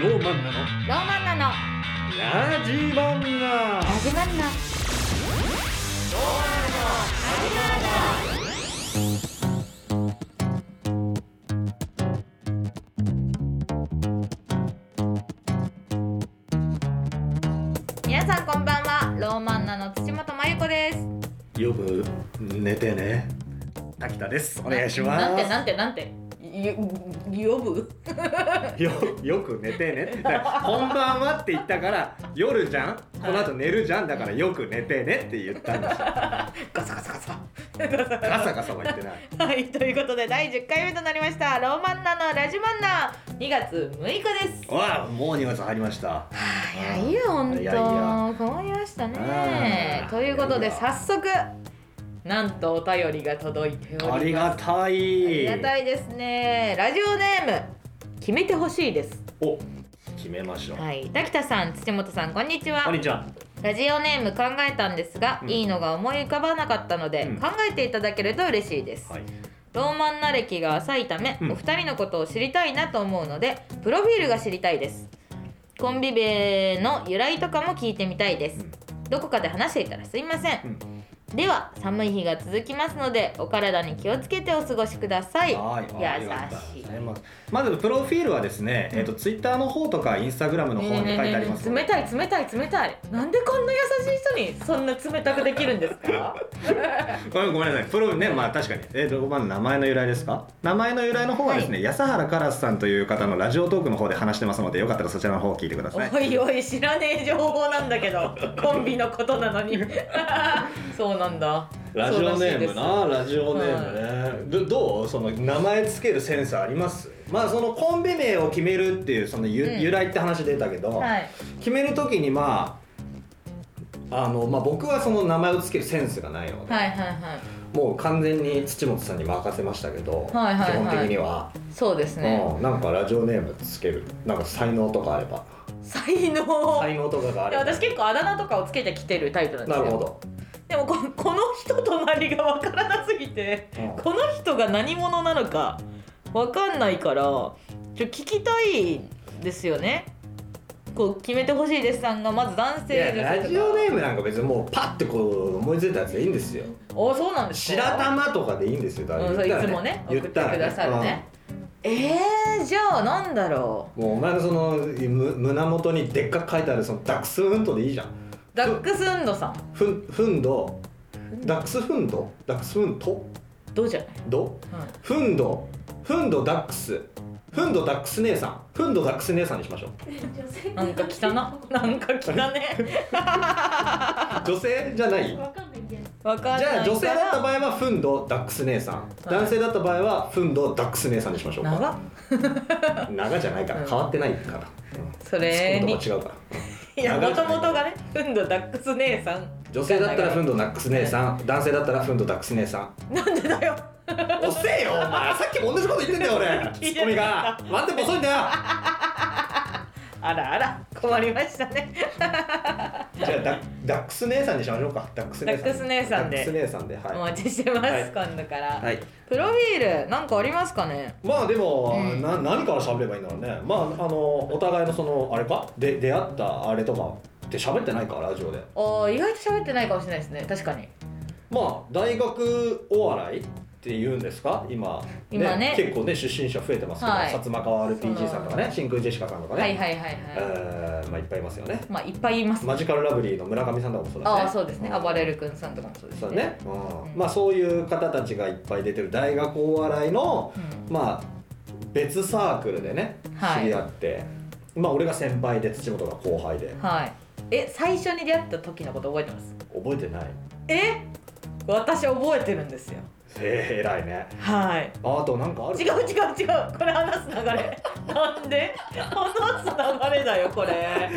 ローマンナのローマンナのラジマンナラジマンナ皆さんこんばんはローマンナの土本真由子ですよく寝てね滝田ですおお願いしますなんてなんてなんてよ呼ぶ よよく寝てねって言ったら「こんばんは」って言ったから「夜じゃんこの後寝るじゃん」だから「よく寝てね」って言ったんですよガサガサガサガサガサは言ってないはい、ということで第10回目となりましたローマンナのラジマンナ2月6日ですわあもう2月入りました早いよ本いやいや当困りましたねうんということでいやいや早速なんとお便りが届いておりますありがたありいがたいですねラジオネーム決めてほしいですお決めましょうはい、滝田さん土本さんこんにちはこんにちはラジオネーム考えたんですが、うんいいのが思い浮かばなかったので、うん考えていただけると嬉しいです、はいローマンナ歴が浅いため、うんお二人のことを知りたいなと思うのでプロフィールが知りたいですコンビ名の由来とかも聞いてみたいです、どこかで話していたらすいません、では寒い日が続きますのでお体に気をつけてお過ごしくださいはい、ありがとう優しいございますまずプロフィールはですね、えっとツイッターの方とかインスタグラムの方に書いてありますので、冷たい冷たい冷たいなんでこんな優しい人にそんな冷たくできるんですかごめんごめんなさいプロねまあ確かにえっ、とまあ名前の由来ですか名前の由来の方はですね、安原カラスさんという方のラジオトークの方で話してますのでよかったらそちらの方を聞いてくださいおいおい知らねえ情報なんだ けどコンビのことなのに そうなんだラジオネームそうらしないラジオネームね、どどうその名前つけるセンスありますまあそのコンビ名を決めるっていうその由,、うん由来って話出たけど、ですはい決める時にまああのまあ、僕はその名前をつけるセンスがないので、はいはいはいもう完全に土本さんに任せましたけど、はいはいはい基本的には、そうですねうん、なんかラジオネームつけるなんか才能とかあれば才能、才能とかがあいれやば私結構あだ名とかをつけてきてるタイプなんですなるよほど、でもここの人となりがわからなすぎてこの人が何者なのかわかんないからちょ聞きたいですよねこう決めてほしいですさんがまず男い性やですラジオネームなんか別にもうパッてこう思いついたやつでいいんですよおそうなんです白玉とかでいいんですよだうん、そういつもね送言っってくたらださるね、えー、じゃあなんだろううんもうお前のそのむ胸元にでっかく書いてあるそのダックスフントでいいじゃんダックスウンドさんふんふんどダックスフンドダックスフントどうじゃない、どうんフンドフンドダックスフンドダックス姉さんフンドダックス姉さんにしましょうなんか汚な、なんか汚 ね。女性じゃないわかんないです。わかんないじゃあ女性だった場合。合はフンドダックス姉さん、男性だった場合はフンドダックス姉さんにしましょう長かっ長じゃないから変わってないから、そうん、れに。ツッコミとこ違うからいや、長もいじゃとないもとがね、フンドダックス姉さん。女性だったらフンドダックス姉さん男性だったらフンドダックス姉さんなんでだよ。遅えよお前さっきも同じこと言ってんだよ俺ツ聞いッてコミながワンテンポ遅いんだよあらあら、困りましたね。じゃあダダックス姉さんにしましょうかダックス姉さんダックス姉さんでダックス姉さんではおい、待ちしてます、はい今度から、はい、プロフィール、なんかありますかね。まあでも、うんな何から喋ればいいんだろうねまああのお互いのそのあれかで出会ったあれとかって喋ってないかラジオでああ、意外と喋ってないかもしれないですね。確かに。まあ大学お笑いって言うんですか今今ね結構ね出身者増えてますけど、はい薩摩川 RPG さんとかね真空ジェシカさんとかね、はいはいはいはい。えーまあいっぱいいますよねまあ、いっぱいいます。マジカルラブリーの村上さんとかもそうだしねああ、そうですね。暴れる君さんとかもそうですそうだね。ね、うんまあそういう方たちがいっぱい出てる大学お笑いのまあ別サークルでねはい知り合って、まあ俺が先輩で土本が後輩でうん。はい。え、最初に出会った時のこと覚えてます。覚えてないえ私覚えてるんですよえー、偉いねはいあとなんかある違う違う違うこれ話す流 れなんで話す流れだよこれ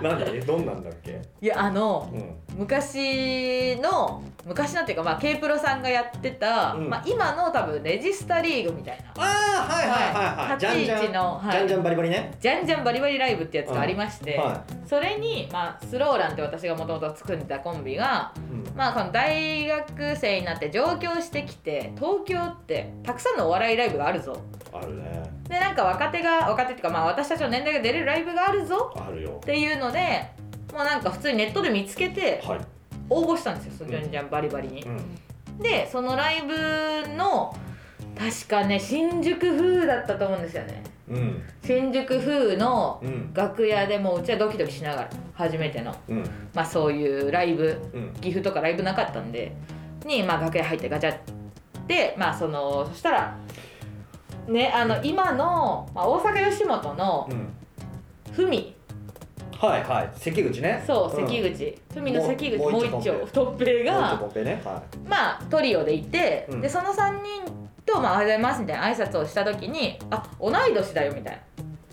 何どんなんだっけ いやあのうん昔の昔のっていうかまあ K プロさんがやってた、うんまあ、今の多分レジスタリーグみたいなああはいはいはいはいじゃんじゃん立ち位置のはいじゃんじゃんバリバリねじゃんじゃんバリバリライブってやつがありまして、はそれに、まあ、スローランって私がもともと作ってたコンビが、いうんまあ、この大学生になって上京してきて東京ってたくさんのお笑いライブがあるぞあるねでなんか若手が若手っていうか、まあ、私たちの年代が出れるライブがあるぞあるよっていうのでもうなんか普通にネットで見つけてはい応募したんですよそのじゃんじゃんバリバリにう。んでそのライブの確かね新宿風だったと思うんですよねうん新宿風のうん楽屋でもううちはドキドキしながら初めての、うんまあ、そういうライブうん岐阜とかライブなかったんでに、まあ、楽屋入ってガチャって、まあ、そのそしたら、ね、あの今の、まあ、大阪吉本のうんふみはいはい関口ねそう関もう口ふみ、の関口もうもうもう一一丁丁トッペイ一が丁ポンペイねはまあトリオでいて、うんでその3人と「まあ、おはようございます」みたいな挨拶をした時に「あ同い年だよ」みたい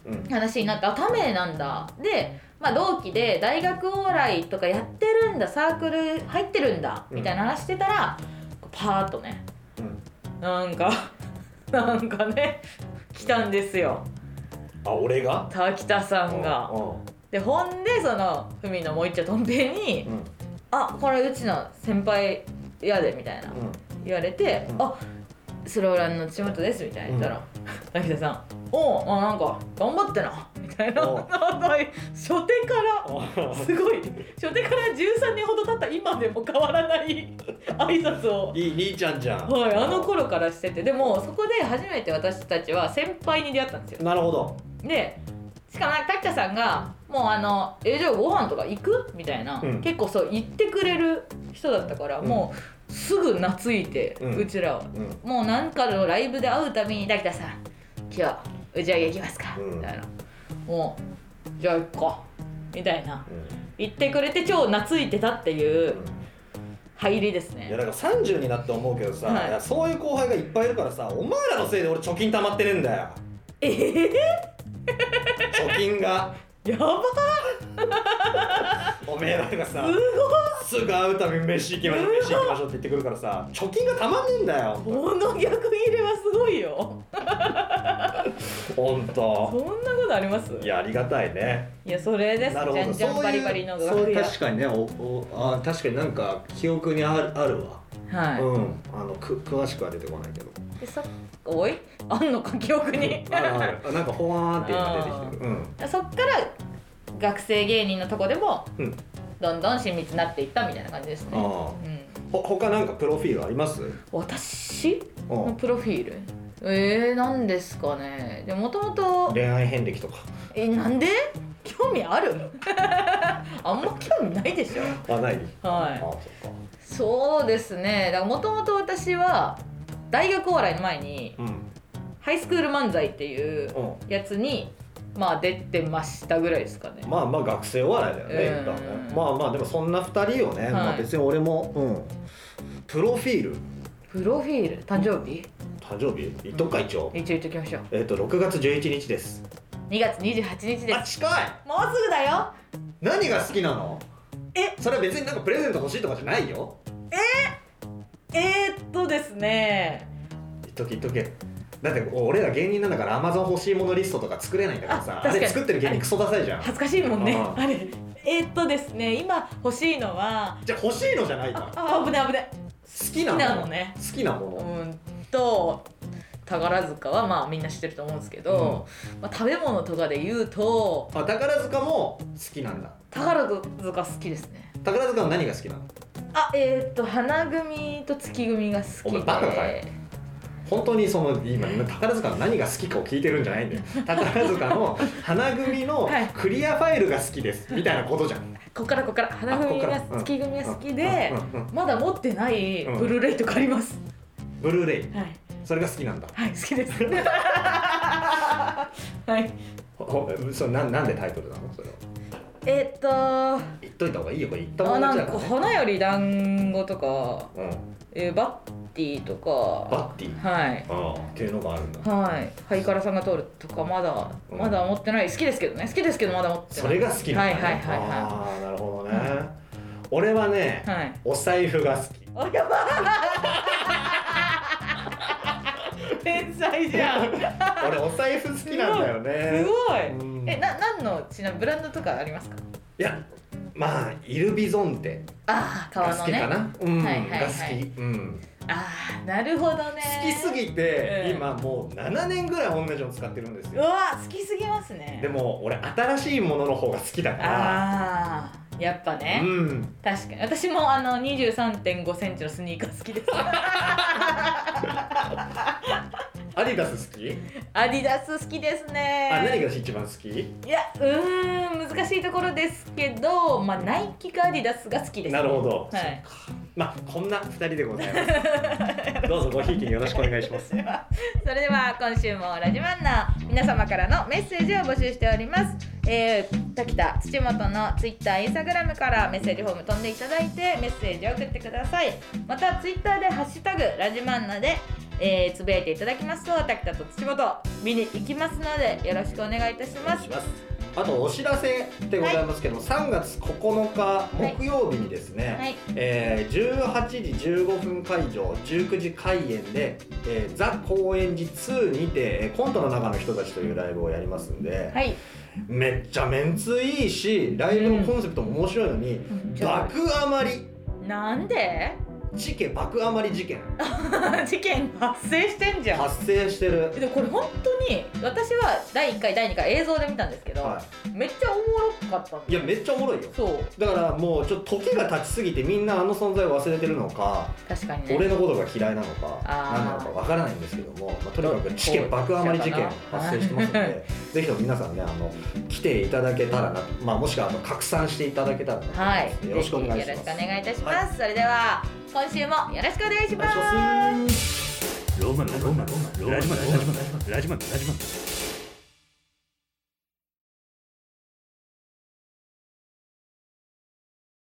いうんな話になって「あためなんだ」で、まあ、同期で大学お笑いとかやってるんだサークル入ってるんだみたいな話してたら、こうパーッとねうんなんか なんかね来たんですよあ俺が滝田さんが。うでほんでそのふみのもう一丁とんべにんうん「あこれうちの先輩やで」みたいな。言われて「うんあスローランの千本です」みたいな言ったら滝田、さん「おうあなんか頑張ってな」みたいなおうなんか 初手からうんすごい初手から13年ほど経った今でも変わらない 挨拶を。いい兄ちゃんじゃんはい、あの頃からしててでもそこで初めて私たちは先輩に出会ったんですよなるほどでしかもなんか滝田さんが「もうあのえじゃあご飯とか行く?」みたいな、うん結構そう言ってくれる人だったから、うんもうすぐ懐いて、ううんちらはうんもうなんかのライブで会うたびに「滝田さん今日打ち上げ行きますか」うんみたいな「もうじゃあ行こか」みたいな言ってくれて超懐いてたっていう入りですいやだねから30になって思うけどさ、はいいやそういう後輩がいっぱいいるからさお前らのせいで俺貯金溜まってねえん だよえー、貯金がやばおめえらがさすすぐ会うたび飯行きましょう飯行きましょうって言ってくるからさ貯金が溜まんねえんだよごいこの逆入れはすごいよほんそとんなことありますいやありがたいねいやそれですじなるほゃんどじゃんバリバリのそう楽いう屋確かにねおおあ確かになんか記憶にあるあるわ、はい、うんあのく詳しくは出てこないけどでそっおいあんのか記憶にあるあるあなんかほわーんって今出てきてるそっから学生芸人のとこでもうん、うん、どんどん親密になっていったみたいな感じですねああうんほ他なんかプロフィールありますうん私のプロフィールえー、なんですかねでもともと恋愛遍歴とかえなんで興味ある あんま興味ないでしょあないはあいそっかそうですねだからもともと私は大学お笑いの前にうんハイスクール漫才っていううやつにまあ出てましたぐらいですかねんまあまあ学生お笑いだよねうん言ったらねまあまあでもそんな2人をね、いまあ、別に俺も、うん、プロフィールプロフィール誕生日誕生日言っとくか一応一応言っときましょうえっ、と6月11日です2月28日であす近いもうすぐだよ何が好きなのえそれは別になんかプレゼント欲しいとかじゃないよえー、っとですね言っとけ言っとけだって俺ら芸人なんだからアマゾン欲しいものリストとか作れないんだからさああ確かにれ作ってる芸人クソダサいじゃん恥ずかしいもんねああれえー、っとですね今欲しいのはじゃあ欲しいのじゃないから好ああ危ね危ねきなも好きのなのね好きなもの、うーんと宝塚はまあみんな知ってると思うんですけど、まあ、食べ物とかで言うとあ宝塚も好きなんだ宝塚好きですね宝塚の何が好きなのあえー、っと花組と月組が好きおで前バカかよ本当にその今宝塚の何が好きかを聞いてるんじゃないんだ よ宝塚の花組のはいクリアファイルが好きですみたいなことじゃんこっからこっから花組こっがからうん月組が好きでうんうんうんまだ持ってないうんブルーレイとかあります、ブルーレイはいそれが好きなんだはい好き ですはいほほそれななんでタイトルなのそれはえーっと言っといた方がいいよこれ言ったあ方ながいいかんからね花より団子とか、うんえーバッティとかバッティはいああっていうのがあるんだはいハイカラさんが通るとかまだうんまだ持ってない好きですけどね好きですけどまだ持ってそないれが好きなんだねはいはいはいはいああなるほどね俺はねはいお財布が好きあやばい天才じゃんす俺お財布好きなんだよねごい、うんえな何のちなみにブランドとかありますかいやまあイルビゾンテああが革の好きかねな、うんはいはいはいが好き、うん、ああなるほどね好きすぎて、うん今もう7年ぐらい同じの使ってるんですうよわ好きすぎますねでも俺新しいものの方が好きだからああやっぱね、うん確かに私もあの23.5センチのスニーカー好 きですアディダス好きアディダス好きですねあ何が一番好きいやうーん難しいところですけどまあナイキかアディダスが好きです、なるほどはいまあこんな2人でござい ますどうぞごひいきによろしくお願いしますそれでは今週もラジマンナー皆様からのメッセージを募集しておりますえー、滝田土本のツイッターインスタグラムからメッセージフォーム飛んでいただいてメッセージを送ってくださいまたツイッターで「ハッシュタグラジマンナで」えーつぶやいていただきますと滝田と土本見に行きますのでよろしくお願いいたしますあとお知らせでございますけども、3月9日木曜日にですね、はいえー18時15分会場19時開演で「えーザ・高円寺2」にてえーコントの中の人たちというライブをやりますんで、はいめっちゃメンツいいしライブのコンセプトも面白いのに、爆余りなんで 事件爆余り事件事件発生してんじゃん発生してる、でこれ本当に私は第1回第2回映像で見たんですけど、はめっちゃおもろかったんい、いやめっちゃおもろいよそうだからもうちょっと時が経ちすぎてみんなあの存在を忘れてるのか確かにね俺のことが嫌いなのかあー何なのかわからないんですけども、まあ、とにかく事件爆余り事件発生してますので ぜひとも皆さんねあの来ていただけたらな、まあ、もしくはあの拡散していただけたらなと思います、はいよろしくお願いします。ぜひよろしくお願いいたします、それでは今週もよろしくお願いしますお願いしますローマンローマンローマンローマンラジマンラジマンラジマンラジマン